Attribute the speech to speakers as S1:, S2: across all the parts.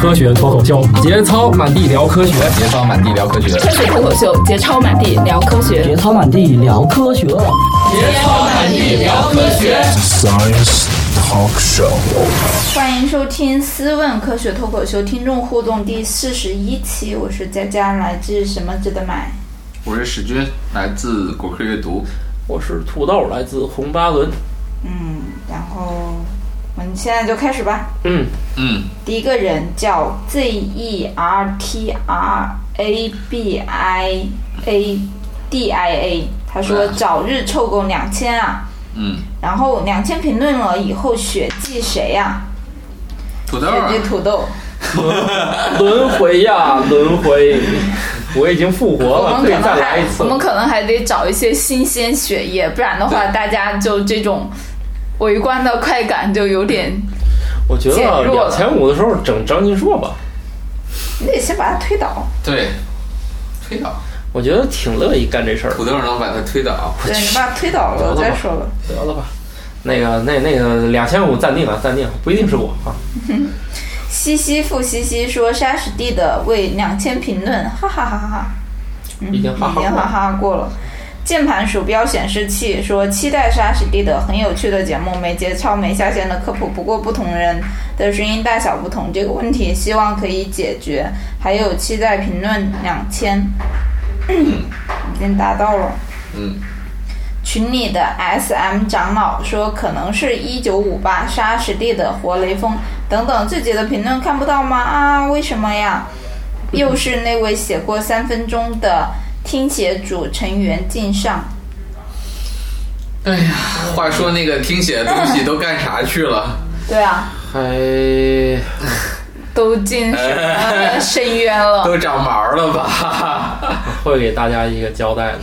S1: 科学脱口秀，节操满地聊科学，
S2: 节操满地聊科学，
S3: 科学脱口秀，节操满地聊科学，
S4: 节操满地聊科学，
S5: 节操满地聊科学。
S6: Science Talk Show，
S7: 欢迎收听《思问科学脱口秀》听众互动第四十一期，我是佳佳，来自什么值得买？
S2: 我是史军，来自果壳阅读。
S5: 我是土豆，来自红巴 伦。
S7: 嗯，然后我们现在就开始吧。
S5: 嗯
S2: 嗯，
S7: 第一个人叫 Z E R T R A B I A D I A，他说早日凑够两千啊。
S2: 嗯，
S7: 然后两千评论了以后，血祭谁呀、
S2: 土豆、
S7: 啊？
S2: 啊
S7: 血，祭土豆。
S5: 轮回呀，轮回，我已经复活
S7: 我
S5: 了，
S7: 们
S5: 可以
S7: 可能
S5: 再来
S7: 还
S5: 一次。
S7: 我们可能还得找一些新鲜血液，不然的话，大家就这种围观的快感就有点。
S5: 我觉得
S7: 减弱
S5: 两
S7: 了
S5: 千五的时候整张晋硕吧，
S7: 你得先把它推倒。
S2: 对，推倒，
S5: 我觉得挺乐意干这事儿的。
S2: 土豆能把它推倒。
S7: 对你把它推倒了再说吧。
S5: 得了吧，那个那那个两千五暂定啊，暂定，不一定是我啊。
S7: 西西富西西说：“沙史蒂的为两千评论，哈哈哈哈！嗯
S5: 已经哈哈
S7: 已经
S5: 过
S7: 哈哈过了。”键盘鼠标显示器说：“期待沙史蒂的很有趣的节目，没节操没下限的科普，不过不同人的声音大小不同，这个问题希望可以解决。还有期待评论两千，已经达到了。”
S2: 嗯，
S7: 群里的 SM 长老说，可能是一九五八沙史蒂的活雷锋等等，自己的评论看不到吗？啊，为什么呀？又是那位写过三分钟的听写组成员敬上，
S2: 哎呀，话说那个听写的东西都干啥去了？
S7: 对啊，
S5: 还
S7: 都进什么深渊 了？
S2: 都长毛 了吧？
S5: 会给大家一个交代的，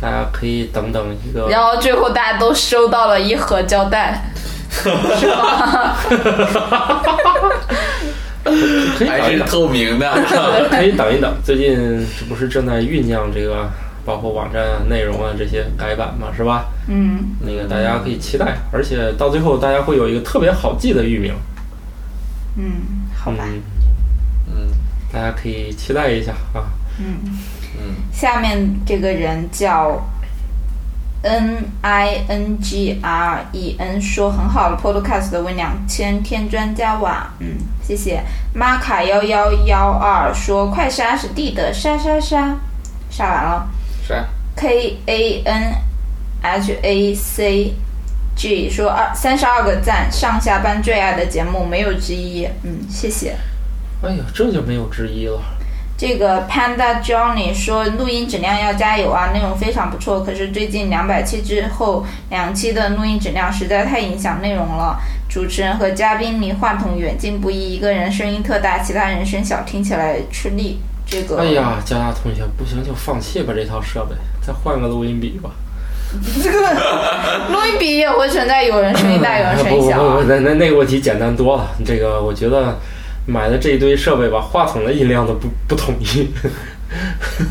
S5: 大家可以等等一个。
S7: 然后最后大家都收到了一盒胶带，是吗？
S5: 可
S7: 哎
S5: 以
S2: 还
S5: 等一
S2: 是
S5: 等，
S2: 透明的。
S5: 可以等一等。最近这不是正在酝酿这个，包括网站啊内容啊这些改版嘛，是吧？
S7: 嗯，
S5: 那个大家可以期待，而且到最后大家会有一个特别好记的域名，
S7: 嗯，好吧。
S5: 嗯，
S2: 嗯，
S5: 大家可以期待一下啊。
S7: 下面这个人叫 N I N G R E N，说很好的 podcast 的问两千添砖加瓦，嗯，谢谢。玛卡幺幺幺二说快杀史蒂的杀杀杀，杀完了。
S2: 啥？
S7: K A N H A C G 说二三十二个赞，上下班最爱的节目没有之一，嗯，谢谢。
S5: 哎呀，这就没有之一了。
S7: 这个 Panda Johnny 说录音质量要加油啊，内容非常不错。可是最近两百期之后两期的录音质量实在太影响内容了，主持人和嘉宾离话筒远近不一，一个人声音特大，其他人声小，听起来吃力。这个，
S5: 哎，呀，佳佳同学，不行就放弃吧这套设备，再换个录音笔吧。
S7: 这个录音笔也会存在有人声音大，有人 声
S5: 不
S7: 音
S5: 不
S7: 小
S5: 哎不
S7: 啊
S5: 不，。那那那个问题简单多了。这个我觉得买的这一堆设备吧，话筒的音量都不不统一。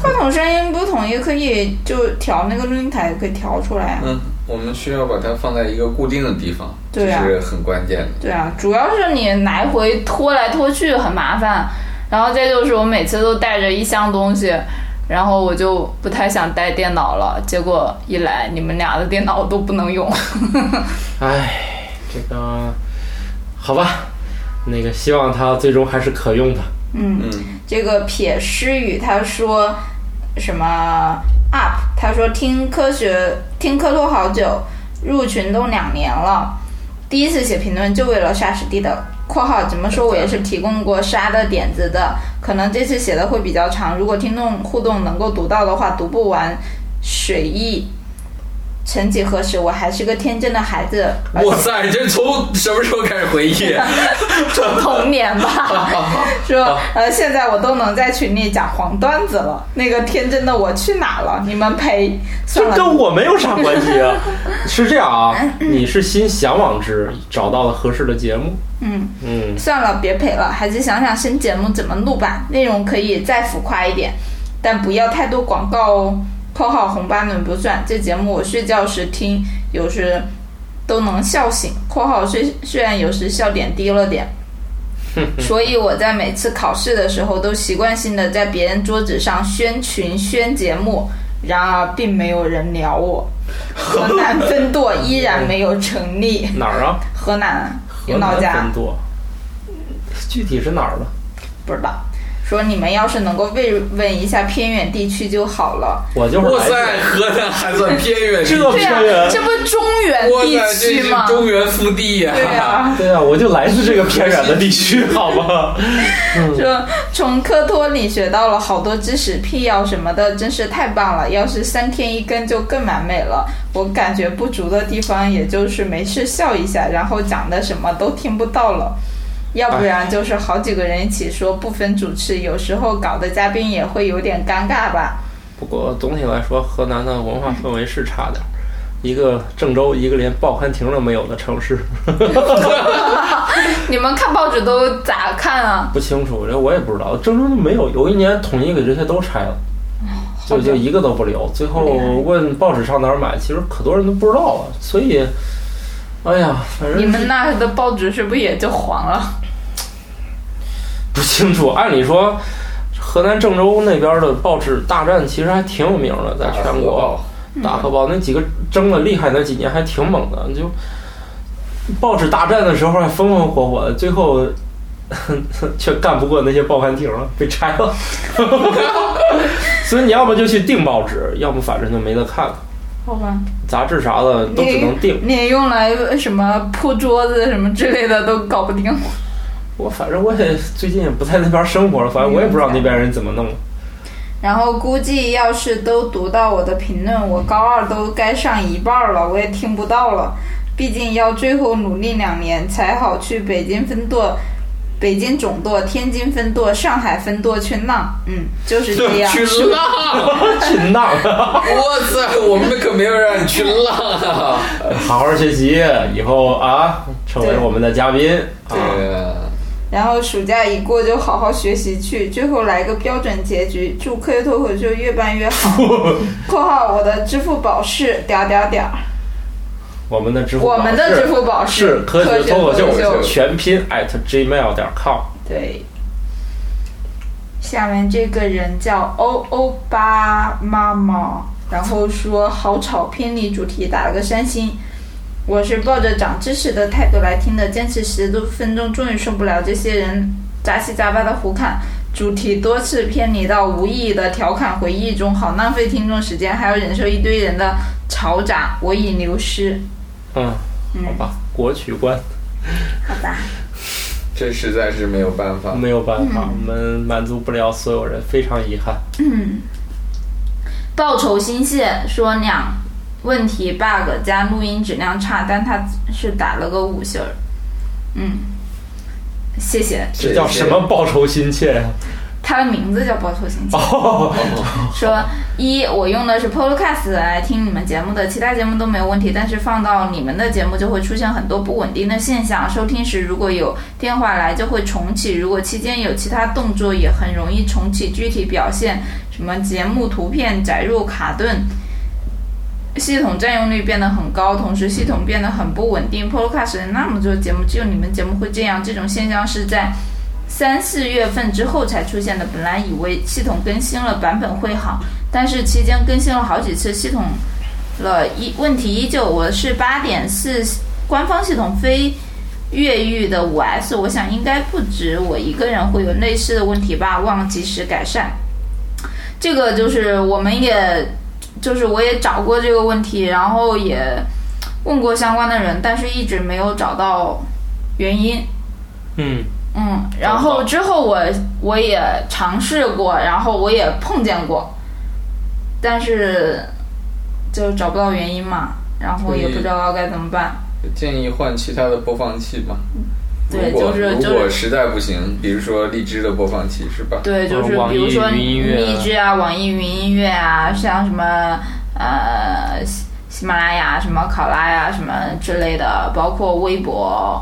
S7: 话筒声音不统一，可以就调那个录音台，可以调出来啊。
S2: 嗯，我们需要把它放在一个固定的地方，
S7: 对啊
S2: 这是很关键的。
S7: 对啊，主要是你来回拖来拖去很麻烦，然后再就是我每次都带着一箱东西，然后我就不太想带电脑了，结果一来你们俩的电脑我都不能用。
S5: 哎，这个好吧，那个希望它最终还是可用的。
S7: 嗯，这个撇诗雨他说什么 up？他说听科学听科托好久，入群都两年了，第一次写评论就为了杀史蒂的。（括号怎么说我也是提供过杀的点子的，可能这次写的会比较长，如果听众互动能够读到的话，读不完随意。曾几何时，我还是个天真的孩子，而
S2: 哇塞，这从什么时候开始回 忆？
S7: 童 年吧，
S5: 啊
S7: 说呃，现在我都能在群里讲黄段子了。那个天真的我去哪了？你们陪。算
S5: 这
S7: 了，
S5: 跟我没有啥关系 啊。是这样啊，你是心向往之，找到了合适的节目。
S7: 嗯
S5: 嗯，
S7: 算了，别陪了，还是想想新节目怎么录吧。内容可以再浮夸一点，但不要太多广告哦。（括号红巴伦不算，这节目我睡觉时听，有 时都能笑醒。）（括号虽虽然有时笑点低了点。）所以我在每次考试的时候都习惯性的在别人桌子上宣群宣节目，然而并没有人聊 我。河南分舵依然没有成立，
S5: 哪儿啊？
S7: 河南
S5: 河
S7: 有啊闹
S5: 南
S7: 家
S5: 分舵，具体是哪儿了？
S7: 不知道。说你们要是能够问问一下偏远地区就好了。
S5: 我就是
S2: 哇
S5: 来
S2: 塞，河南还算偏远地
S5: 自
S2: 区，
S5: 这
S7: 对
S5: 偏
S7: 啊，
S5: 远，
S7: 这不是中原
S2: 哇
S7: 地
S2: 塞，哎这
S7: 区
S2: 是
S7: 吗？
S2: 中原腹地呀、
S7: 对啊，
S5: 对啊，我就来自这个偏远的地区，好吗？
S2: 嗯
S7: 说从科托里学到了好多知识，辟谣什么的，真是太棒了。要是三天一更就更完美了。我感觉不足的地方，也就是没事笑一下，然后讲的什么都听不到了。要不然就是好几个人一起说，不分主次，有时候搞得嘉宾也会有点尴尬吧。
S5: 不过总体来说，河南的文化氛围是差点儿。一个郑州，一个连报刊亭都没有的城市，
S7: 你们看报纸都咋看啊？
S5: 不清楚，这我也不知道。郑州就没有，有一年统一给这些都拆了，就就一个都不留。最后问报纸上哪儿买，其实可多人都不知道了。所以，哎呀，反正
S7: 你们那儿的报纸是不是也就黄了？
S5: 不清楚。按理说，河南郑州那边的报纸大战其实还挺有名的，在全国大河报那几个争的厉害那几年还挺猛的，就报纸大战的时候还风风火火的，最后 却干不过那些报刊亭了，被拆了。 所以你要么就去订报纸，要么反正就没得看了，
S7: 好吧，
S5: 杂志啥的都只能订。
S7: 你你用来什么铺桌子什么之类的都搞不定。
S5: 我反正我也最近也不在那边生活了，反正我也不知道那边人怎么弄。
S7: 然后估计要是都读到我的评论，我高二都该上一半了，我也听不到了。毕竟要最后努力两年才好去北京分舵、北京总舵、天津分舵、上海分舵去浪。嗯，就是 这样。
S2: 去浪！
S5: 去浪。
S2: 哇塞，我们可没有让你去浪啊！
S5: 好好学习，以后啊，成为我们的嘉宾啊
S2: 对，
S7: 然后暑假一过就好好学习去，最后来个标准结局。祝科学脱口秀越办越好。（括号我的支付宝是点点点儿
S5: 我们的支付宝
S7: 我们的
S5: 是
S7: 支付宝
S5: 是科学
S7: 学
S5: 脱口
S7: 秀。
S5: 秀全拼 at gmail 点 com。
S7: 对，下面这个人叫欧欧巴妈妈，然后说好吵偏离主题，打了个三星。我是抱着长知识的态度来听的，坚持十多分钟，终于受不了这些人杂七杂八的胡侃。主题多次偏离到无意义的调侃回忆中，好浪费听众时间，还要忍受一堆人的嘈杂，我已流失。
S5: 嗯，
S7: 嗯
S5: 好吧，国取关
S7: 好吧，
S2: 这实在是没有办法。
S5: 没有办
S7: 嗯
S5: 法，我们满足不了所有人，非常遗憾。
S7: 报仇心切说两问题 bug 加录音质量差，但他是打了个五星儿。嗯，谢谢。
S5: 这叫什么报仇心切呀？
S7: 他的名字叫报仇心切。
S5: 哦，
S7: 说一，我用的是 Podcast 来听你们节目的，其他节目都没有问题，但是放到你们的节目就会出现很多不稳定的现象。收听时如果有电话来就会重启，如果期间有其他动作也很容易重启。具体表现什么节目图片载入卡顿。系统占用率变得很高，同时系统变得很不稳定。Podcast 那么多节目，只有你们节目会这样，这种现象是在三四月份之后才出现的。本来以为系统更新了版本会好，但是期间更新了好几次，系统了依问题依旧。我是八点四官方系统非越狱的五 S，我想应该不止我一个人会有类似的问题吧，望及时改善。这个就是我们也，就是我也找过这个问题，然后也问过相关的人，但是一直没有找到原因。
S5: 嗯，
S7: 嗯，然后之后我我也尝试过，然后我也碰见过，但是就找不到原因嘛，然后也不知道该怎么办。
S2: 建议换其他的播放器嘛。
S7: 对，
S2: 如果
S7: 就是
S2: 如
S7: 就
S2: 果
S7: 是
S2: 实在不行，比如说荔枝的播放器是吧？
S7: 对，就是
S5: 网
S7: 比如
S5: 易
S7: 说
S5: 云音乐
S7: 荔枝啊、网易云音乐啊，像什么呃喜喜马拉雅、什么考拉呀、什么之类的，包括微博、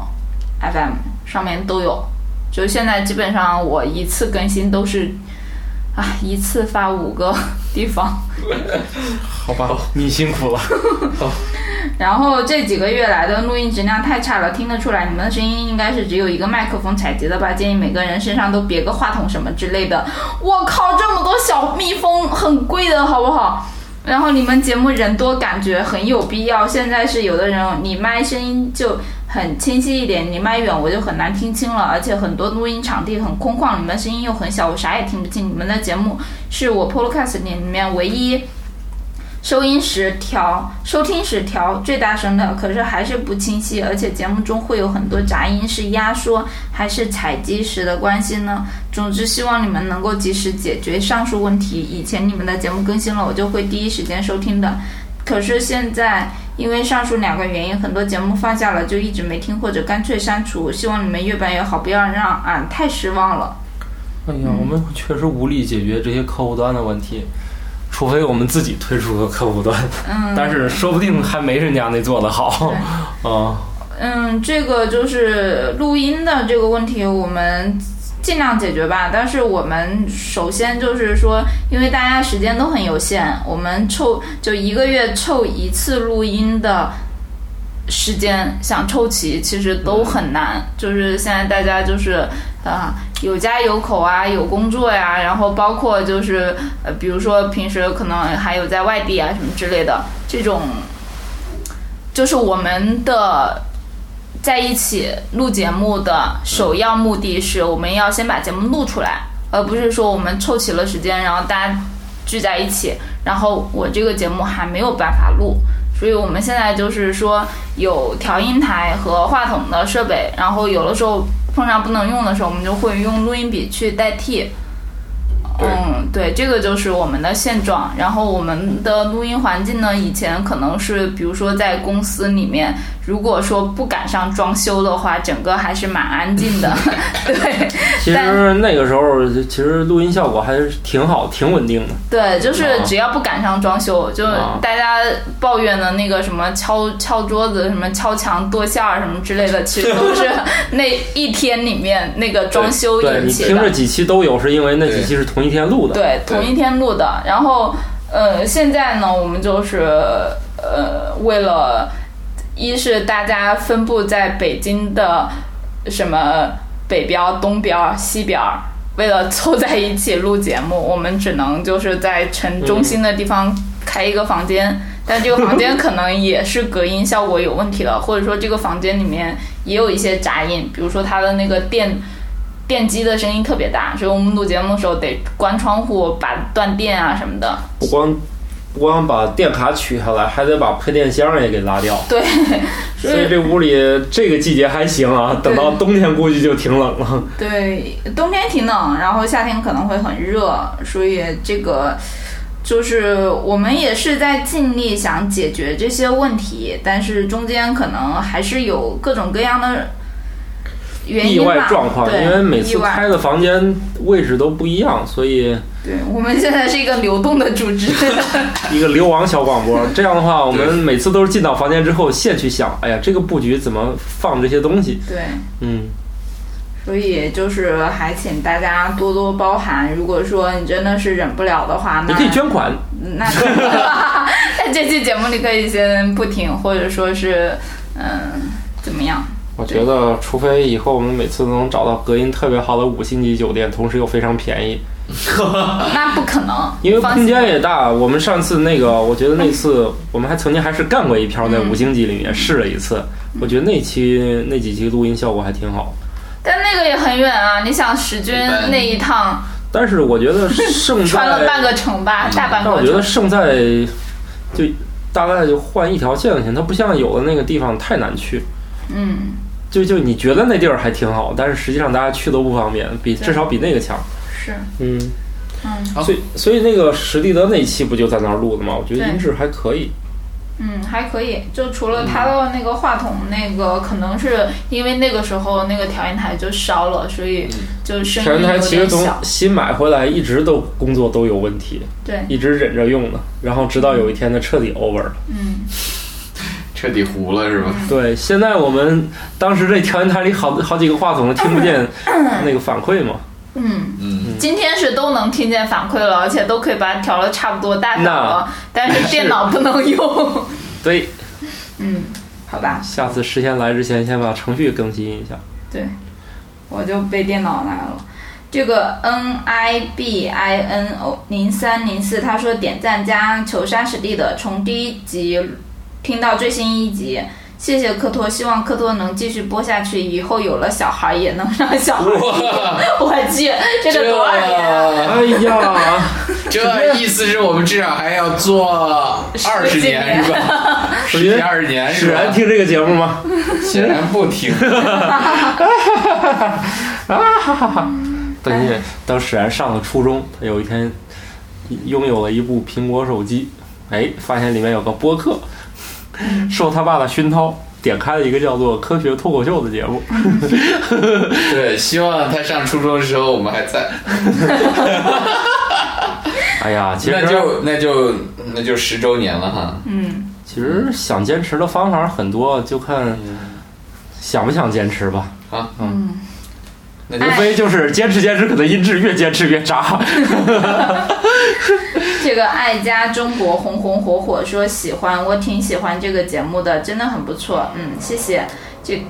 S7: FM 上面都有。就现在基本上我一次更新都是啊一次发五个地方，
S5: 好吧，你辛苦了。
S7: 然后这几个月来的录音质量太差了，听得出来你们的声音应该是只有一个麦克风采集的吧？建议每个人身上都别个话筒什么之类的。我靠，这么多小蜜蜂，很贵的好不好？然后你们节目人多，感觉很有必要。现在是有的人，你麦声音就很清晰一点，你麦远我就很难听清了。而且很多录音场地很空旷，你们声音又很小，我啥也听不清。你们的节目是我 Podcast 里面唯一收音时调、收听时调最大声的，可是还是不清晰，而且节目中会有很多杂音，是压缩还是采集时的关系呢？总之，希望你们能够及时解决上述问题。以前你们的节目更新了，我就会第一时间收听的。可是现在，因为上述两个原因，很多节目放下了，就一直没听或者干脆删除。希望你们越办越好，不要让俺太失望了。
S5: 哎呀，我们确实无力解决这些客户端的问题，除非我们自己推出个客户端，
S7: 嗯，
S5: 但是说不定还没人家那做的好啊。
S7: 嗯，这个就是录音的这个问题，我们尽量解决吧。但是我们首先就是说，因为大家时间都很有限，我们凑就一个月凑一次录音的时间，想凑齐其实都很难。就是现在大家就是啊、有家有口啊，有工作呀、然后包括就是呃，比如说平时可能还有在外地啊什么之类的这种。就是我们的在一起录节目的首要目的是，我们要先把节目录出来，而不是说我们凑齐了时间，然后大家聚在一起，然后我这个节目还没有办法录，所以我们现在就是说有调音台和话筒的设备，然后有的时候碰上不能用的时候，我们就会用录音笔去代替。
S2: 对
S7: 嗯，对，这个就是我们的现状。然后我们的录音环境呢，以前可能是，比如说在公司里面，如果说不赶上装修的话，整个还是蛮安 静的。对
S5: 其实那个时候，其实录音效果还是挺好，挺稳定的。
S7: 对，就是
S5: 啊
S7: 只要不赶上装修，就
S5: 啊
S7: 大家抱怨的那个什么敲敲桌子、什么敲墙剁馅儿什么之类的，其实都是那一天里面那个装修
S5: 对
S7: 引
S5: 你
S7: 起
S5: 听这
S7: 的。
S5: 几期都有，是因为那几期是同一天录的。
S7: 对，同一天录的。然后，呃，现在呢，我们就是呃，为了一是大家分布在北京的什么北边儿、东边儿、西边儿，为了凑在一起录节目，我们只能就是在城中心的地方开一个房间。但这个房间可能也是隔音效果有问题了，或者说这个房间里面也有一些杂音，比如说它的那个电电机的声音特别大，所以我们录节目的时候得关窗户，把断电啊什么的。
S5: 不光不光把电卡取下来，还得把配电箱也给拉掉。
S7: 对，
S5: 所以这屋里这个季节还行啊，等到冬天估计就挺冷了。
S7: 对，冬天挺冷，然后夏天可能会很热，所以这个就是我们也是在尽力想解决这些问题，但是中间可能还是有各种各样的原
S5: 意
S7: 因吧。
S5: 外状况，
S7: 对
S5: 因为每
S7: 意
S5: 次
S7: 外
S5: 开的房间位置都不一样，所以
S7: 对我们现在是一个流动的组织。
S5: 一个流亡小广播。这样的话，我们每次都是进到房间之后，现去想，哎呀，这个布局怎么放这些东西？
S7: 对。
S5: 嗯，
S7: 所以就是还请大家多多包涵。如果说你真的是忍不了的话，
S5: 你
S7: 那
S5: 可以捐款，
S7: 那 那这期节目你可以先不听，或者说是嗯怎么样？
S5: 我觉得，除非以后我们每次都能找到隔音特别好的五星级酒店，同时又非常便宜，
S7: 那不可能，
S5: 因为
S7: 放
S5: 空间
S7: 心嗯
S5: 也大。我们上次那个，我觉得那次我们还曾经还是干过一票，在五星级里面试了一次。我觉得那期那几期录音效果还挺好，
S7: 但那个也很远啊！你想史军
S2: 明白
S7: 那一趟
S5: 但是我觉 得胜在
S7: 穿了半个城吧，大半
S5: 嗯但我
S7: 个
S5: 觉得胜
S7: 城。
S5: 在就大概就换一条线行，它不像有的那个地方太难去。
S7: 嗯，
S5: 就就你觉得那地儿还挺好，但是实际上大家去都不方便，比至少比那个强。
S7: 是，
S5: 嗯，
S7: 嗯
S5: 所以所以那个史蒂德那期不就在那儿录的吗？我觉得
S7: 对
S5: 音质还可以。
S7: 嗯，还可以。就除了他
S5: 嗯
S7: 的那个话筒，那个可能是因为那个时候那个调音台就烧了，所以就声
S5: 嗯
S7: 音
S5: 调音台
S7: 有
S5: 其实
S7: 点
S5: 从
S7: 小。
S5: 新买回来一直都工作都有问题，
S7: 对，
S5: 一直忍着用的，然后直到有一天它彻底 over 了。
S7: 嗯，
S2: 彻底糊了是吧？
S5: 对，现在我们当时这调音台里好好几个话筒听不见
S7: 嗯
S5: 那个反馈嘛，
S7: 今天是都能听见反馈了，而且都可以把它调了差不多大小了，但是电脑不能用。
S5: 对，
S7: 嗯，好吧，
S5: 下次时间来之前，先把程序更新一下。
S7: 对，我就被电脑来了。这个 N I B I N O 零三零四，他说点赞加求山史蒂的，从第一集听到最新一集，谢谢科托，希望科托能继续播下去，以后有了小孩也能让小孩。 我去，这个多少年啊？
S5: 哎呀，
S2: 这意思是我们至少还要做二十年是吧？十几二十年
S5: 史
S2: 是吧
S5: 然？听这个节目吗？
S2: 显然不 听。
S5: 等你等史然上了初中，他有一天拥有了一部苹果手机，哎，发现里面有个播客，受他爸的熏陶，点开了一个叫做《科学脱口秀》的节目。
S2: 对，希望他上初中的时候我们还在。
S5: 哎呀，其实
S2: 那就那就那就十周年了哈。
S7: 嗯，
S5: 其实想坚持的方法很多，就看想不想坚持吧。
S2: 那就
S5: 无非啊嗯就是坚持坚持，可能音质越坚持越渣。
S7: 这个爱家中国红红火火说喜欢，我挺喜欢这个节目的，真的很不错。嗯，谢谢。这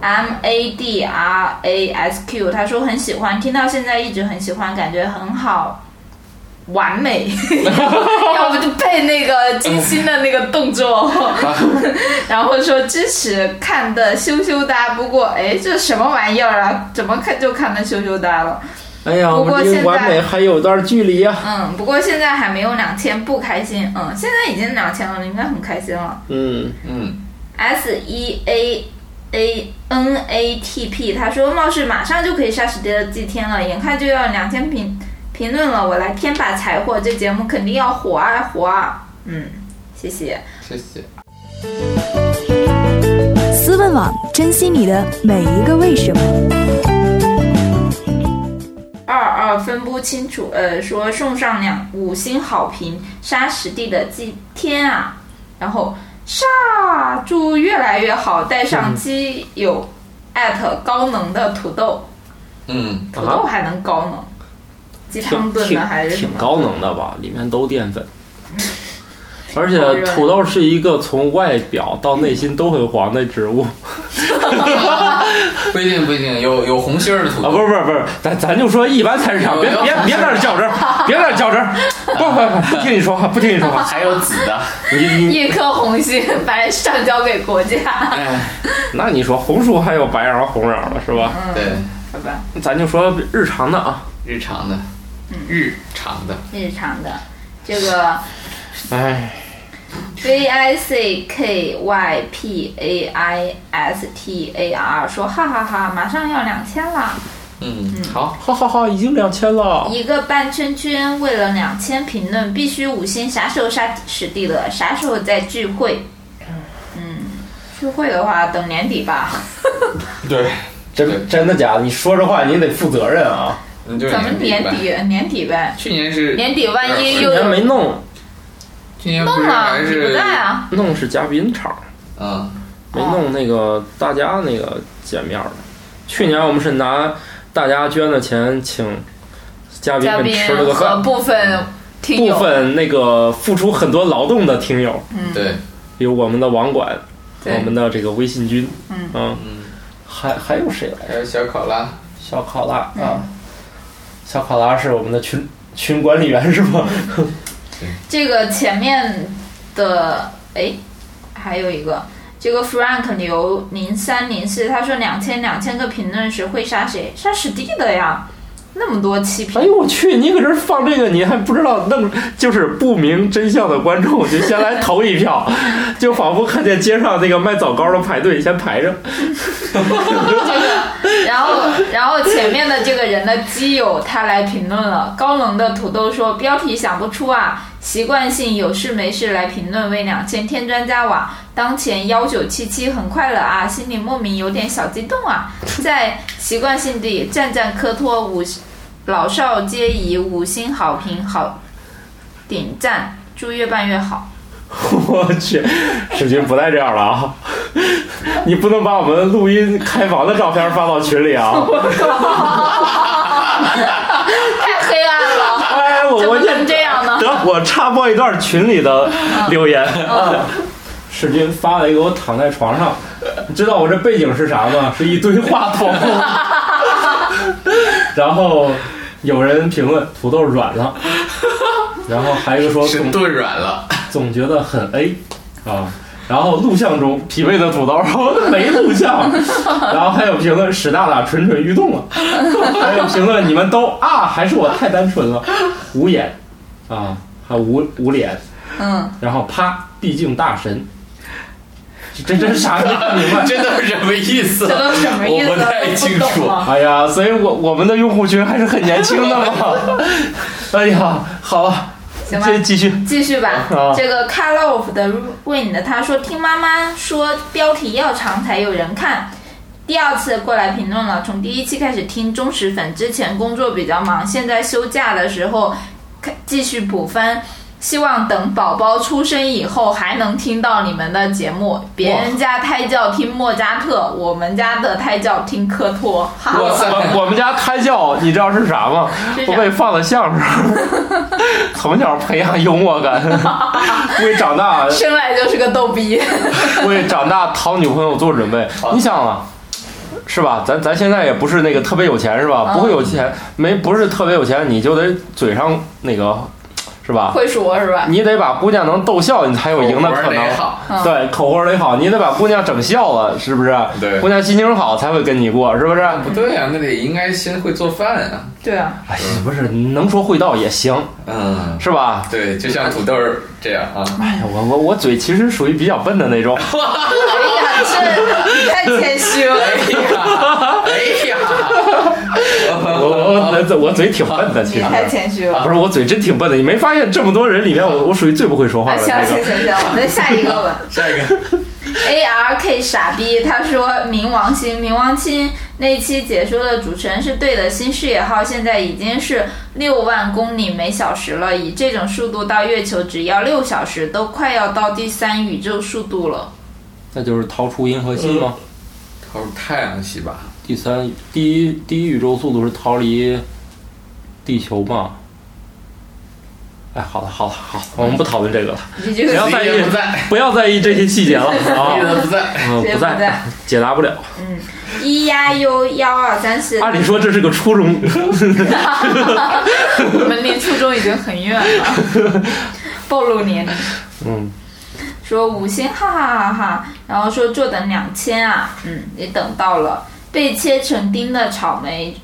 S7: M A D R A S Q 他说很喜欢，听到现在一直很喜欢，感觉很好。完美，要不就配那个金星的那个动作，然后说支持看的羞羞哒。不过，哎，这什么玩意儿啊？怎么看就看的羞羞哒了？
S5: 哎呀，
S7: 不
S5: 我
S7: 过
S5: 们
S7: 现
S5: 离
S7: 在
S5: 完美还有段距离呀、啊
S7: 嗯，不过现在还没有两千，不开心。嗯，现在已经两千了，应该很开心了。
S5: 嗯，
S2: 嗯，
S7: S E A A N A T P，他说貌似马上就可以杀死的祭天了，眼看就要两千评评论了，我来添把柴火，这节目肯定要火啊火啊！嗯，谢谢。
S2: 谢谢。
S4: 思问网，珍惜你的每一个为什么。
S7: 二二分不清楚，呃，说送上两五星好评，沙石地的祭天啊，然后煞祝越来越好，带
S5: 嗯
S7: 上基友艾特高能的土豆，
S2: 嗯，
S7: 土豆还能高能，鸡汤
S5: 啊挺
S7: 炖的还
S5: 挺
S7: 是什
S5: 挺
S7: 么？嗯
S5: 高能的吧，里面都淀粉。而且
S7: 好热
S5: 土豆是一个从外表到内心都很黄的植物
S2: 不一定不一定，有有红心儿的土
S5: 啊！
S2: 豆。
S5: 不是不是不是，咱咱就说一般菜市场，别别别在这较真儿，别在这较真儿，不不不，不听你说话，不听你说话，
S2: 还有紫的，
S5: 你你
S7: 一颗红心，把人上交给国家，
S2: 哎，
S5: 那你说红薯还有白瓤红瓤了是吧？
S2: 对，
S7: 好吧，
S5: 咱就说日常的啊，
S7: 嗯
S2: 日常的，日常的，
S7: 日常的这 个。
S5: 哎，
S7: V I C K Y P A I S T A R 说哈哈哈马上要两千了，
S2: 嗯，好，
S5: 哈哈哈，已经两千了，
S7: 一个半圈圈为了两千评论必须五星，啥时候杀史蒂勒？啥时候再聚会？嗯，聚会的话等年底吧，
S2: 对，
S5: 真真的假的？你说这话你得负责任啊！
S2: 你就
S7: 咱们年
S2: 吧。
S7: 底年底呗，
S2: 去年是
S7: 年底万一
S5: 去
S7: 又
S5: 年没弄，
S2: 去年不
S7: 弄
S2: 是
S7: 了，
S2: 还
S7: 你
S2: 是
S7: 不在啊？
S5: 弄是嘉宾场，
S2: 嗯，
S5: 没
S7: 哦
S5: 弄那个大家那个见面儿的。去年我们是拿大家捐的钱请嘉宾
S7: 嘉
S5: 们
S7: 宾
S5: 吃了个
S7: 和
S5: 饭，
S7: 部分听
S5: 部
S7: 友，
S5: 分那个付出很多劳动的听友，
S2: 对，
S5: 有我们的网管，
S7: 嗯对
S5: 我们的这个微信君，啊
S7: 嗯
S5: 还还有谁来着？
S2: 还有小考拉，
S5: 小考拉
S7: 嗯
S5: 啊，小考拉是我们的群群管理员是吗？
S7: 这个前面的哎，还有一个，这个 Frank 刘零三零四，他说两千两千个评论时会杀谁？杀史蒂的呀，那么多期
S5: 哎
S7: 评，
S5: 呦我去！你搁这儿放这个，你还不知道弄，就是不明真相的观众就先来投一 票，就仿佛看见街上那个卖枣糕的排队，先排 着。
S7: 然后然后前面的这个人的基友他来评论了，高冷的土豆说标题想不出啊，习惯性有事没事来评论为两千添砖加瓦，啊当前幺九七七很快乐啊，心里莫名有点小激动啊，在习惯性地赞赞科托五老少皆宜，五星好评好点赞，祝越办越好。
S5: 我去，史军不带这样了啊！ 你不能把我们录音开房的照片发到群里啊！
S7: 太黑暗了，
S5: 哎，我
S7: 怎
S5: 我
S7: 么
S5: 这
S7: 能这样呢？
S5: 得我插播一段群里的留言。
S7: 嗯
S5: 史军发来给我躺在床上，你知道我这背景是啥吗？是一堆话 筒。然后有人评论土豆软了，然后还有一个说
S2: 是
S5: 总
S2: 炖软 了，
S5: 总觉得很 A 啊。然后录像中疲惫的土豆没录 像，然后还有评论史大大蠢蠢欲动了，还有评论你们都啊，还是我太单纯了，无眼啊，还无无脸，
S7: 嗯，
S5: 然后啪，毕竟大神，这嗯 这是啥？啊没看明白。
S2: 这都是什么意思？啊
S7: 这都什么意思？啊
S2: 我不太清
S7: 都不
S2: 楚
S7: 懂。啊
S5: 哎呀，所以我我们的用户群还是很年轻 的嘛。哎呀，好了，
S7: 行吧
S5: 这继 续。
S7: 继续吧
S5: 啊，
S7: 这个 c a r l o f 的为你的他说，听妈妈说标题要长才有人看。第二次过来评论了，从第一期开始听忠实粉，之前工作比较忙，现在休假的时候看继续补番。希望等宝宝出生以后还能听到你们的节目。别人家胎教听莫扎特，我们家的胎教听科托。哈
S2: 哇塞
S5: 我我们家胎教，你知道是啥吗？
S7: 是啥
S5: 我被放了相声， 从小培养幽默感，为长大
S7: 生来就是个逗逼。
S5: 为长大讨女朋友做准备。你想啊，是吧？咱咱现在也不是那个特别有钱，是吧？
S7: 嗯
S5: 不会有钱，没不是特别有钱，你就得嘴上那个，是吧？
S7: 会说是吧？
S5: 你得把姑娘能逗笑，你才有赢的可
S2: 口活
S5: 能
S2: 得。好
S7: 嗯
S5: 对，口活得好，你得把姑娘整笑了，是不是？
S2: 对
S5: 姑娘心情好才会跟你过，是不是？
S2: 不对啊呀、那得应该先会做饭啊。
S7: 对啊，
S5: 哎，不是，你能说会道也行，
S2: 嗯，
S5: 是吧？
S2: 对，就像土豆儿这样啊。
S5: 哎呀，我我我嘴其实属于比较笨的那种，
S7: 哎呀，这你太谦虚了。
S2: 哎呀，哎呀，
S5: 我我我我嘴挺笨的，其
S7: 你
S5: 实
S7: 太谦虚了。
S5: 不是啊我嘴真挺笨的，你没发现这么多人里面，我我属于最不会说话
S7: 啊，
S5: 的
S7: 行
S5: 那
S7: 行
S5: 个。
S7: 行行，我们下一个吧。
S2: 下一个
S7: A R K 傻逼，他说冥王星，冥王星那期解说的主持人是对的，新视野号现在已经是六万公里每小时了，以这种速度到月球只要六小时，都快要到第三宇宙速度了。
S5: 那就是逃出银河系吗？
S2: 逃出太阳系吧？
S5: 第三，第一第一宇宙速度是逃离地球嘛？哎，好了好了好了，我们不讨论这个了，
S7: 你这
S5: 不
S7: 个
S5: 要
S2: 子
S5: 在意
S2: 怡不在，
S5: 不要在意这些细节了啊
S2: 记。得不在。
S5: 嗯，
S7: 谁
S5: 不
S7: 不
S5: 在
S7: 在，
S5: 解答不了。
S7: 一呀 U 幺二三四，
S5: 按理说这是个初中，
S7: 我们离初中已经很远了， 暴露年龄。
S5: 嗯，
S7: 说五星哈哈哈哈，然后说坐等两千啊，嗯，也等到了。被切成丁的草莓，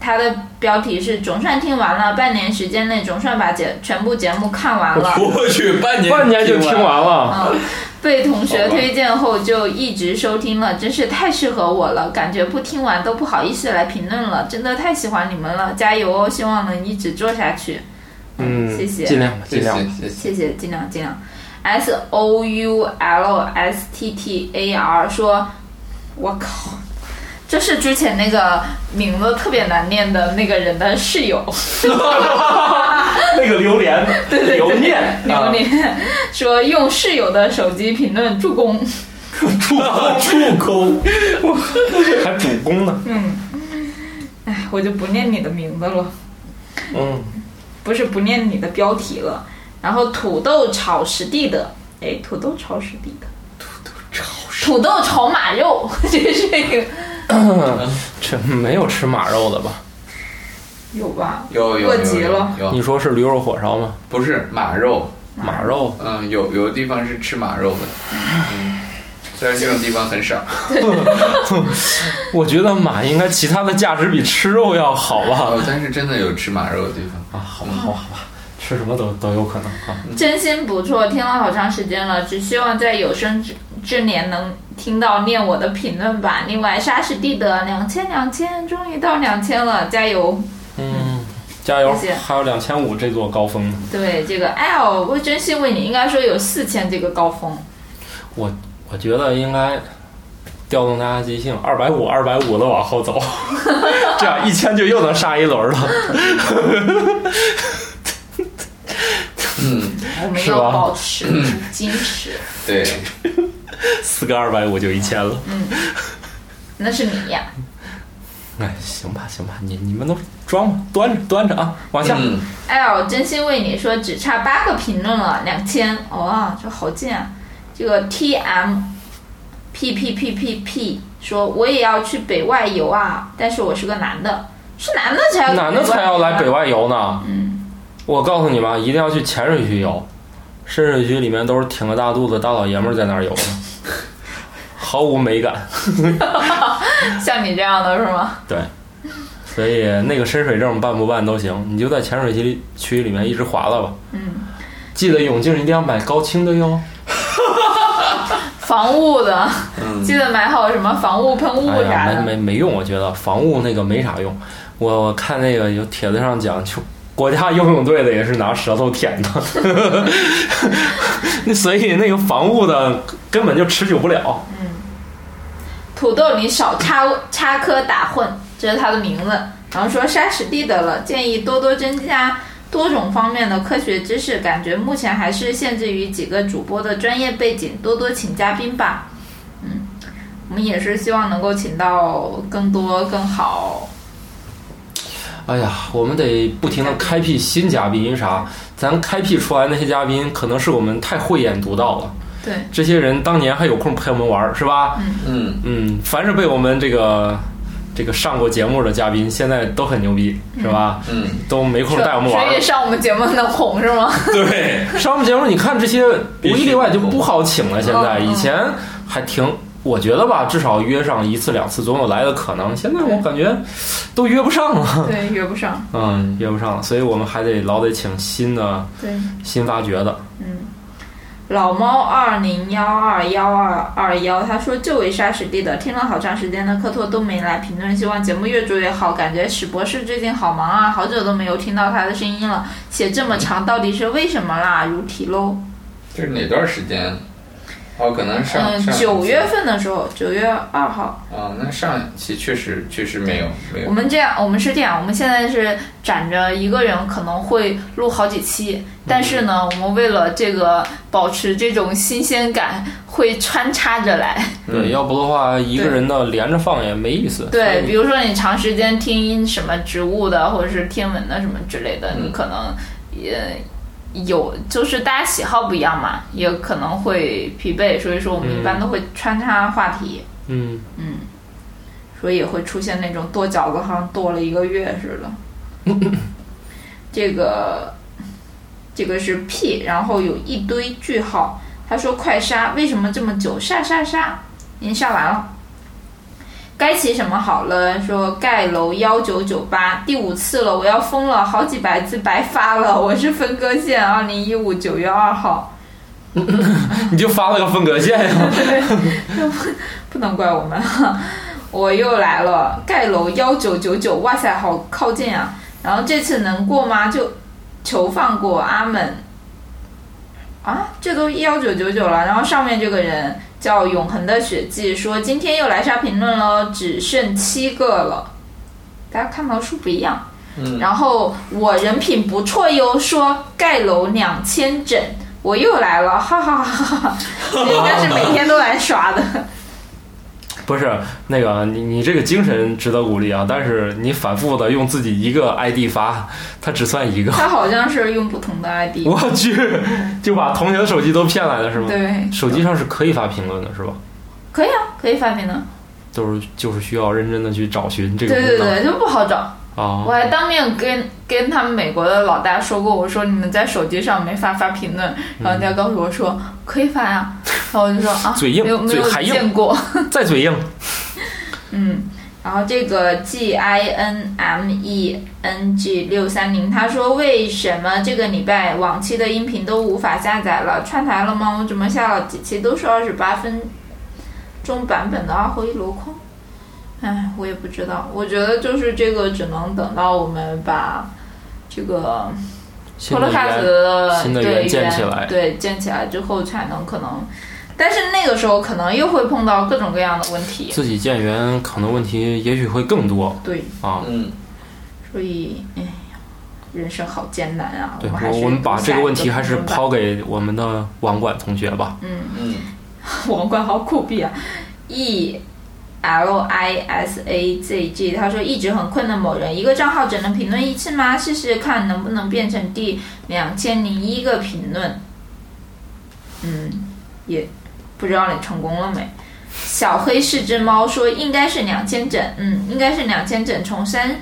S7: 它的标题是总算听完了，半年时间内总算把节全部节目看完了。
S2: 我去，半年
S5: 半年就听
S2: 完。
S5: 完了。
S7: 嗯，被同学推荐后就一直收听了，真是太适合我了，感觉不听完都不好意思来评论了，真的太喜欢你们了，加油哦，希望能一直做下去。
S5: 嗯，
S7: 谢谢
S5: 尽量吧，
S2: 谢
S5: 尽
S2: 谢
S5: 量吧。
S2: 谢谢。
S7: 谢谢，尽量尽量。S O U L S T T A R 说，我靠，这是之前那个名字特别难念的那个人的室友，
S5: 那个榴莲，
S7: 对对 对
S5: 留 念啊
S7: 牛年、说用室友的手机评论助攻，
S5: 助助攻，还主攻呢。
S7: 哎，我就不念你的名字了。
S5: 嗯，
S7: 不是不念你的标题了。然后土豆炒实地的，哎，土豆炒实地的，土豆炒土豆炒马肉， 这是一个
S5: 这没有吃马肉的吧？
S7: 有吧？
S2: 有有
S7: 过
S2: 有
S7: 急
S2: 有
S7: 了
S2: 有
S5: 你说是驴肉火烧吗？
S2: 不是马肉，
S5: 马肉，
S2: 嗯，有有的地方是吃马肉的，嗯，虽然这种地方很少。
S5: 我觉得马应该其他的价值比吃肉要好吧？
S2: 哦，但是真的有吃马肉的地方。
S5: 好吧，好吧，好吧，吃什么都都有可能啊。
S7: 真心不错，听了好长时间了，只希望在有生之之年能听到念我的评论吧。另外，沙士地的两千两千，终于到两千了，加油！
S5: 嗯，加油
S7: 谢谢！
S5: 还有两千五这座高峰呢。
S7: 对这个 L，我真心为你，应该说有四千这个高峰，
S5: 我觉得应该调动大家积极性，二百五、二百五的往后走，这样一千就又能杀一轮了。
S2: 嗯，
S7: 我们
S5: 是
S7: 要
S5: 吧
S7: 保持 矜持。
S2: 对，
S5: 四个二百五就一千了。
S7: 那是你呀，
S5: 哎，行吧，行吧，你你们都装吧，端着端着啊，往下。
S2: 嗯，
S7: 哎呦，真心为你说，只差八个评论了，两千，哇、这好近啊！这个 T M P P P P P 说，我也要去北外游啊，但是我是个男的，是男的才要
S5: 男的才要来北外游呢。
S7: 嗯，
S5: 我告诉你们，一定要去浅水区游，深水区里面都是挺个大肚子大老爷们儿在那儿游呢，毫无美感。
S7: 像你这样的是吗？
S5: 对，所以那个深水证办不办都行，你就在浅水区区里面一直划拉吧。
S7: 嗯，
S5: 记得泳镜一定要买高清的哟。
S7: 防雾的，
S2: 嗯
S7: 记得买好什么防雾喷雾
S5: 哎呀，
S7: 啥
S5: 没
S7: 的。
S5: 没没用，我觉得防雾那个没啥用。我我看那个有帖子上讲，就国家游泳队的也是拿舌头舔的， 那所以那个防雾的根本就持久不了。
S7: 土豆里少插插科打诨，这是他的名字。然后说杀死地的了，建议多多增加多种方面的科学知识，感觉目前还是限制于几个主播的专业背景，多多请嘉宾吧。嗯，我们也是希望能够请到更多更好。
S5: 哎呀，我们得不停的开辟新嘉宾，因为啥？咱开辟出来那些嘉宾，可能是我们太慧眼独到了。
S7: 对，
S5: 这些人当年还有空陪我们玩儿，是吧？
S2: 嗯，
S5: 嗯，凡是被我们这个这个上过节目的嘉宾，现在都很牛逼，是吧？
S2: 嗯，
S5: 都没空
S7: 所
S5: 带我们玩儿
S7: 所以。上我们节目能红是吗？
S5: 对，上我们节目，你看这些无一例外就不好请了。现在
S7: 嗯嗯
S5: 以前还挺，我觉得吧，至少约上一次两次总有来的可能。现在我感觉都约不上了，
S7: 对， 约不上。
S5: 嗯，约不上了，所以我们还得老得请新的、
S7: 对，
S5: 新发掘的。
S7: 老猫二零幺二幺二二幺，他说就为沙史地的，听了好长时间的课托都没来评论，希望节目越做越好。感觉史博士最近好忙啊，好久都没有听到他的声音了。写这么长到底是为什么啦？如题喽。
S2: 这是哪段时间？哦，可能上
S7: 嗯，
S2: 上
S7: 九月份的时候，九月二号，
S2: 啊，那上一期确实确实没有没
S7: 我
S2: 有，
S7: 们这样，我们是这样，我们现在是攒着一个人可能会录好几期，但是呢，我们为了这个保持这种新鲜感，会穿插着来。
S5: 对，要不的话，一个人的连着放也没意思。
S7: 对，
S5: 所
S7: 比
S5: 以
S7: 如说你长时间听什么植物的，或者是天文的什么之类的，
S2: 嗯
S7: 你可能也有，就是大家喜好不一样嘛，也可能会疲惫，所以说我们一般都会穿插话题，
S5: 嗯，
S7: 所以也会出现那种剁饺子好像剁了一个月似的。这个这个是 P，然后有一堆句号。他说快杀，为什么这么久？杀杀杀，已经杀完了。该起什么好了？说盖楼幺九九八第五次了，我要疯了，好几百字白发了。我是分割线，二零一五九月二号，
S5: 你就发了个分隔线 呀。
S7: 不能怪我们。 我又来了，盖楼幺九九九，哇塞，好靠近啊！然后这次能过吗？就求放过阿门啊！这都幺九九九了。然后上面这个人叫永恒的血迹，说今天又来刷评论了，只剩七个了。大家看到数不一样。
S2: 嗯，
S7: 然后我人品不错哟，说盖楼两千整，我又来了，哈哈哈哈！哈！这应该是每天都来刷的，
S5: 不是那个，你你这个精神值得鼓励啊，但是你反复的用自己一个 ID 发，它只算一个。
S7: 他好像是用不同的 ID，
S5: 我去，就把同学的手机都骗来了是吗？
S7: 对，
S5: 手机上是可以发评论的是吧？
S7: 可以啊，可以发评论，
S5: 就是就是需要认真的去找寻这个功
S7: 对对
S5: 能
S7: 对，就不好找。
S5: 啊
S7: 我。还当面跟跟他们美国的老大说过，我说你们在手机上没法发评论，然后人家告诉我说可以发呀、然后我就说啊，
S5: 嘴硬
S7: 没有没
S5: 嘴
S7: 有
S5: 还硬
S7: 见过，
S5: 再嘴 硬，
S7: 嗯，然后这个 G I N M E N G 六三零，他说为什么这个礼拜往期的音频都无法下载了？串台了吗？我怎么下了几期都是二十八分钟版本的二合一箩筐？唉，我也不知道，我觉得就是这个只能等到我们把这个
S5: 新
S7: 托
S5: 的
S7: 勒
S5: 一
S7: 卡
S5: 代
S7: 斯的
S5: 新的
S7: 对
S5: 圆建起来
S7: 对，建起来之后才能可能，但是那个时候可能又会碰到各种各样的问题。
S5: 自己建源可能问题也许会更多
S7: 对，
S5: 啊。
S2: 嗯，
S7: 所以，哎呀，人生好艰难啊！
S5: 对，
S7: 们还
S5: 我
S7: 是
S5: 我们把这
S7: 下一
S5: 个
S7: 个
S5: 问题还是
S7: 评论吧
S5: 抛给我们的网管同学
S7: 嗯
S5: 吧。
S2: 嗯
S7: 王冠好苦逼啊！E L I S A Z G，他说一直很困的某人，一个账号只能评论一次吗？试试看能不能变成第两千零一个评论。嗯，也不知道你成功了没。小黑是只猫说应该是两千整，嗯，应该是两千整，从三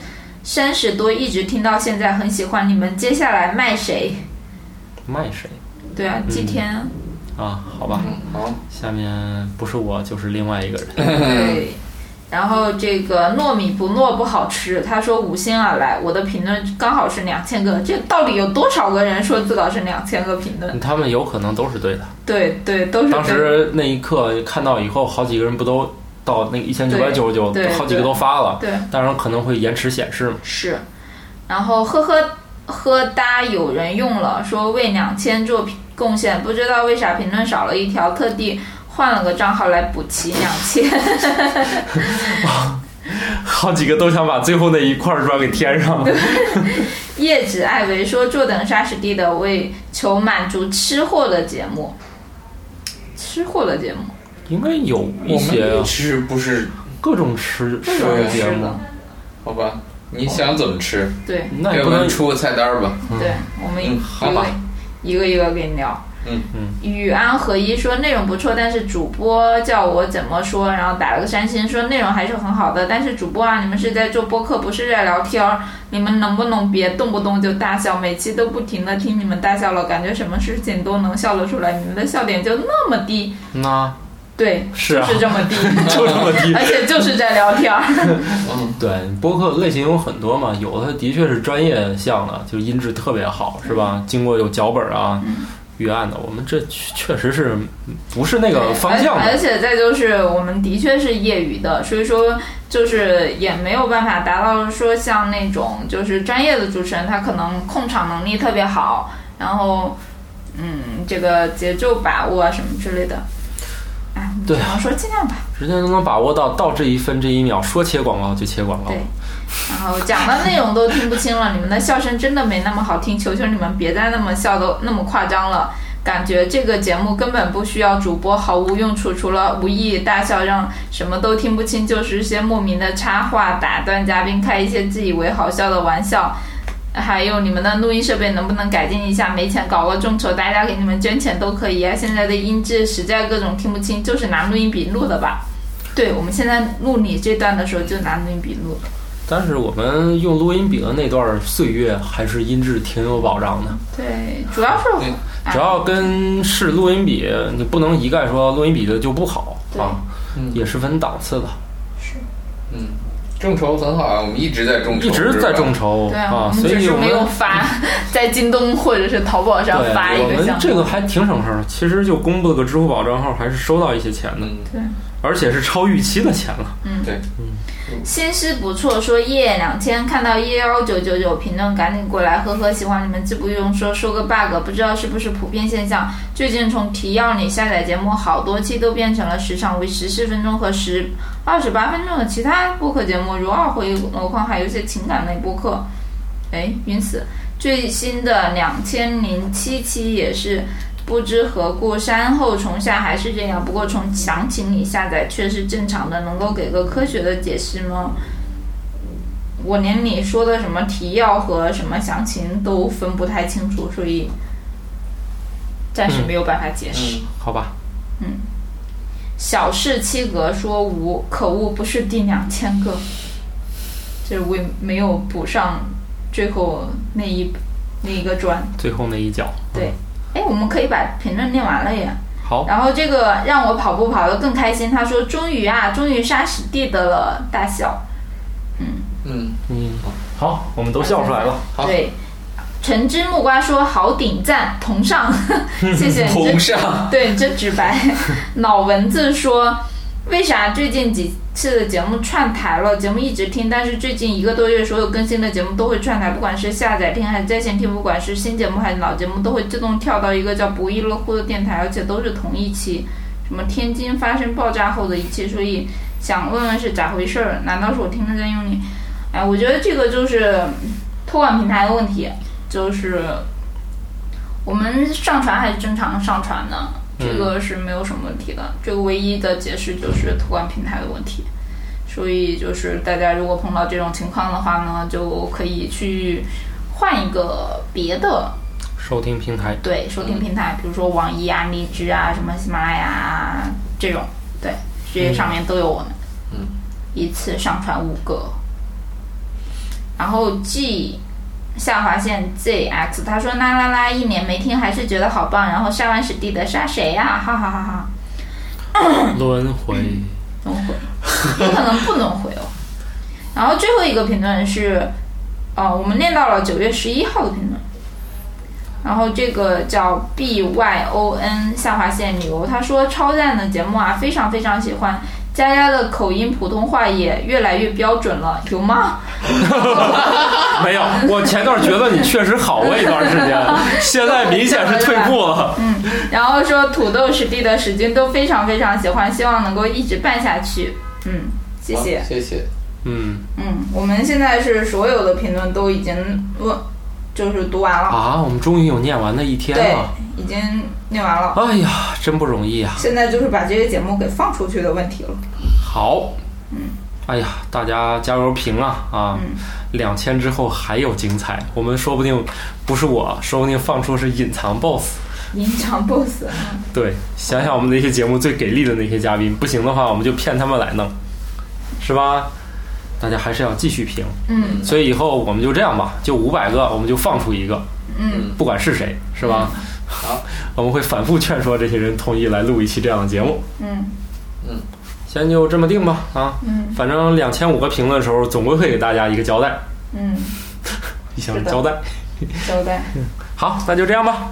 S7: 三十多一直听到现在，很喜欢。你们接下来卖谁？
S5: 卖谁
S7: 对啊，祭天啊，
S5: 啊？好吧，
S2: 嗯
S7: 嗯
S2: 好，
S5: 下面不是我就是另外一个人。
S7: 对。然后这个糯米不糯不好吃，他说五星而来，我的评论刚好是两千个，这到底有多少个人说自个儿是两千个评论？
S5: 他们有可能都是对的。
S7: 对嗯对，都是
S5: 嗯当时那一刻看到以后，好几个人不都到那个一千九百九十九
S7: 对，对
S5: 好几个都发了。
S7: 对
S5: 当然可能会延迟显示嘛。
S7: 是。然后呵呵呵哒，有人用了，说为两千做评贡献，不知道为啥评论少了一条，特地换了个账号来补齐两千。
S5: 好几个都想把最后那一块儿砖给填上。
S7: 叶子艾维说：“坐等沙士地的为求满足吃货的节目，吃货的节目，
S5: 应该有一
S2: 我
S5: 些啊
S2: 们吃不是
S5: 各种吃吃
S2: 种
S5: 的
S2: 吃
S5: 节目
S7: 的，
S2: 好吧？你想怎么吃？
S7: 对
S5: 那
S2: 给
S5: 也
S2: 我
S5: 不能
S2: 们出个菜单吧。
S7: 对，我们一
S2: 嗯好吧
S7: 个一个一个给你聊。”
S2: 嗯
S5: 嗯，
S7: 与安合一说内容不错，但是主播叫我怎么说，然后打了个三星，说内容还是很好的，但是主播啊，你们是在做播客，不是在聊天儿，你们能不能别动不动就大笑，每期都不停的听你们大笑了，感觉什么事情都能笑得出来，你们的笑点就那么低，
S5: 那
S7: 对，
S5: 是啊
S7: 就，是这么低，
S5: 就这么低。
S7: 而且就是在聊天儿。
S5: 对，播客类型有很多嘛，有的的确是专业向的，就音质特别好，是吧？经过有脚本啊、预案的，我们这确确实是不是那个方向
S7: 而
S5: 的。
S7: 且再就是，我们的确是业余的，所以说就是也没有办法达到说像那种就是专业的主持人，他可能控场能力特别好，然后嗯，这个节奏把握啊什么之类的。哎，我们
S5: 对
S7: 只能说尽量吧。
S5: 时间都能把握到，到这一分这一秒，说切广告就切广告
S7: 对。然后讲的内容都听不清了，你们的笑声真的没那么好听，求求你们别再那么笑的那么夸张了。感觉这个节目根本不需要主播，毫无用处，除了无意义大笑，让什么都听不清，就是些莫名的插话，打断嘉宾，开一些自以为好笑的玩笑。还有你们的录音设备能不能改进一下？没钱搞个众筹，大家给你们捐钱都可以啊！现在的音质实在各种听不清，就是拿录音笔录的吧？对，我们现在录你这段的时候就拿录音笔录。
S5: 但是我们用录音笔的那段岁月，还是音质挺有保障的。
S7: 对，主要是
S2: 嗯
S7: 哎
S5: 只要跟试录音笔，你不能一概说录音笔的就不好
S7: 对
S5: 啊，
S2: 嗯
S5: 也是分档次的，
S2: 嗯，众筹很好啊，我们一直在众筹，
S5: 一直在众
S2: 筹。
S5: 筹
S7: 对啊，
S5: 啊，
S7: 我们
S5: 所
S7: 只
S5: 以
S7: 是
S5: 我
S7: 没
S5: 们
S7: 有发 在京东或者是淘宝上发
S5: 对，
S7: 一
S5: 我
S7: 个
S5: 们
S7: 项
S5: 这
S7: 目。
S5: 个还挺省事儿的，其实就公布了个支付宝账号，还是收到一些钱 的，
S2: 嗯，
S5: 而且是超预期的钱了。
S2: 对，
S7: 心思不错，说夜两千看到一幺九九九评论，赶紧过来，呵呵，喜欢你们自不用说，说个 bug，不知道是不是普遍现象。最近从提要你下载节目，好多期都变成了时长为十四分钟和十二十八分钟的其他播客节目，如二回何况还有一些情感类播客。哎，晕死！最新的两千零七期也是不知何故，山后重下还是这样。不过从详情里下载却是正常的，能够给个科学的解释吗？我连你说的什么提要和什么详情都分不太清楚，所以暂时没有办法解释。
S5: 好吧，
S7: 小事七格说无，可恶，不是第两千个，这我也没有补上最后那一那一个砖。
S5: 最后那一脚，
S7: 对哎，我们可以把评论念完了耶。
S5: 好，
S7: 然后这个让我跑步跑得更开心。他说：“终于啊，终于杀死地的了，大笑。
S2: 嗯，
S5: 嗯，好，我们都笑出来了，”
S2: 好
S7: 对，橙汁木瓜说：“好顶赞，同上， 谢谢你
S2: 同
S7: 这
S2: 上，
S7: 对，这直白。老蚊子说，为啥最近几次的节目串台了？节目一直听，但是最近一个多月所有更新的节目都会串台，不管是下载听还是在线听，不管是新节目还是老节目，都会自动跳到一个叫不亦乐乎的电台，而且都是同一期，什么天津发生爆炸后的一期，所以想问问是咋回事儿？难道是我听了在用力？哎，我觉得这个就是托管平台的问题，就是我们上传还是正常上传的，这个是没有什么问题的。这个唯一的解释就是托管平台的问题，所以就是大家如果碰到这种情况的话呢，就可以去换一个别的
S5: 收听平台。
S7: 对收听平台，比如说网易啊、荔枝啊、什么喜马拉雅啊这种，对，这些上面都有我们。
S2: 嗯，
S7: 一次上传五个。然后 G 下划线 ZX，他说啦啦啦，一年没听还是觉得好棒，然后沙湾史蒂的杀谁呀、哈哈哈哈！
S5: 轮回，
S7: 轮回，也可能不轮回哦。然后最后一个评论是，哦，我们念到了九月十一号的评论，然后这个叫 B Y O N 下划线旅游，他说超赞的节目啊，非常非常喜欢。佳佳的口音普通话也越来越标准了，有吗？
S5: 没有，我前段觉得你确实好过一段时间， 现在明显是退步了。
S7: 嗯，然后说土豆史蒂的史军都非常非常喜欢，希望能够一直办下去。嗯，谢谢
S2: 好。谢谢。
S5: 嗯
S7: 嗯，我们现在是所有的评论都已经问，就是读完了，
S5: 啊，我们终于有念完的一天
S7: 对
S5: 了。，
S7: 已经念完了。
S5: 哎呀，真不容易啊呀、
S7: 现在就是把这些节目给放出去的问题了。
S5: 嗯好，哎呀，大家加油评啊啊！两千之后还有精彩，我们说不定不是我，说不定放出是隐藏 BOSS。
S7: 隐藏 BOSS，
S5: 对，想想我们那些节目最给力的那些嘉宾，不行的话我们就骗他们来弄，是吧？大家还是要继续评，
S7: 嗯，
S5: 所以以后我们就这样吧，就五百个我们就放出一个，
S7: 嗯，
S5: 不管是谁，是吧？
S2: 好，
S5: 我们会反复劝说这些人同意来录一期这样的节目。
S7: 嗯
S5: 先就这么定吧啊，
S7: 嗯
S5: 反正两千五个评论的时候，总归会给大家一个交代，
S7: 嗯，
S5: 一
S7: 是
S5: 箱
S7: 的
S5: 交代。
S7: 交代
S5: 好，那就这样吧，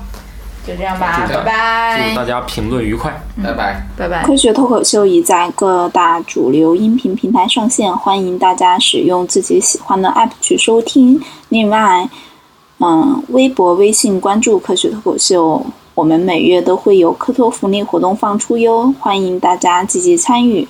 S7: 就这样吧，
S2: 就这
S7: 拜
S2: 样
S5: 祝大
S7: 拜，
S5: 家评论愉快。
S2: 拜拜。
S7: 拜拜。
S8: 科学脱口秀已在各大主流音频平台上线，欢迎大家使用自己喜欢的 app 去收听。另外，嗯，微博、微信关注科学脱口秀，我们每月都会有科托福利活动放出哟，欢迎大家积极参与。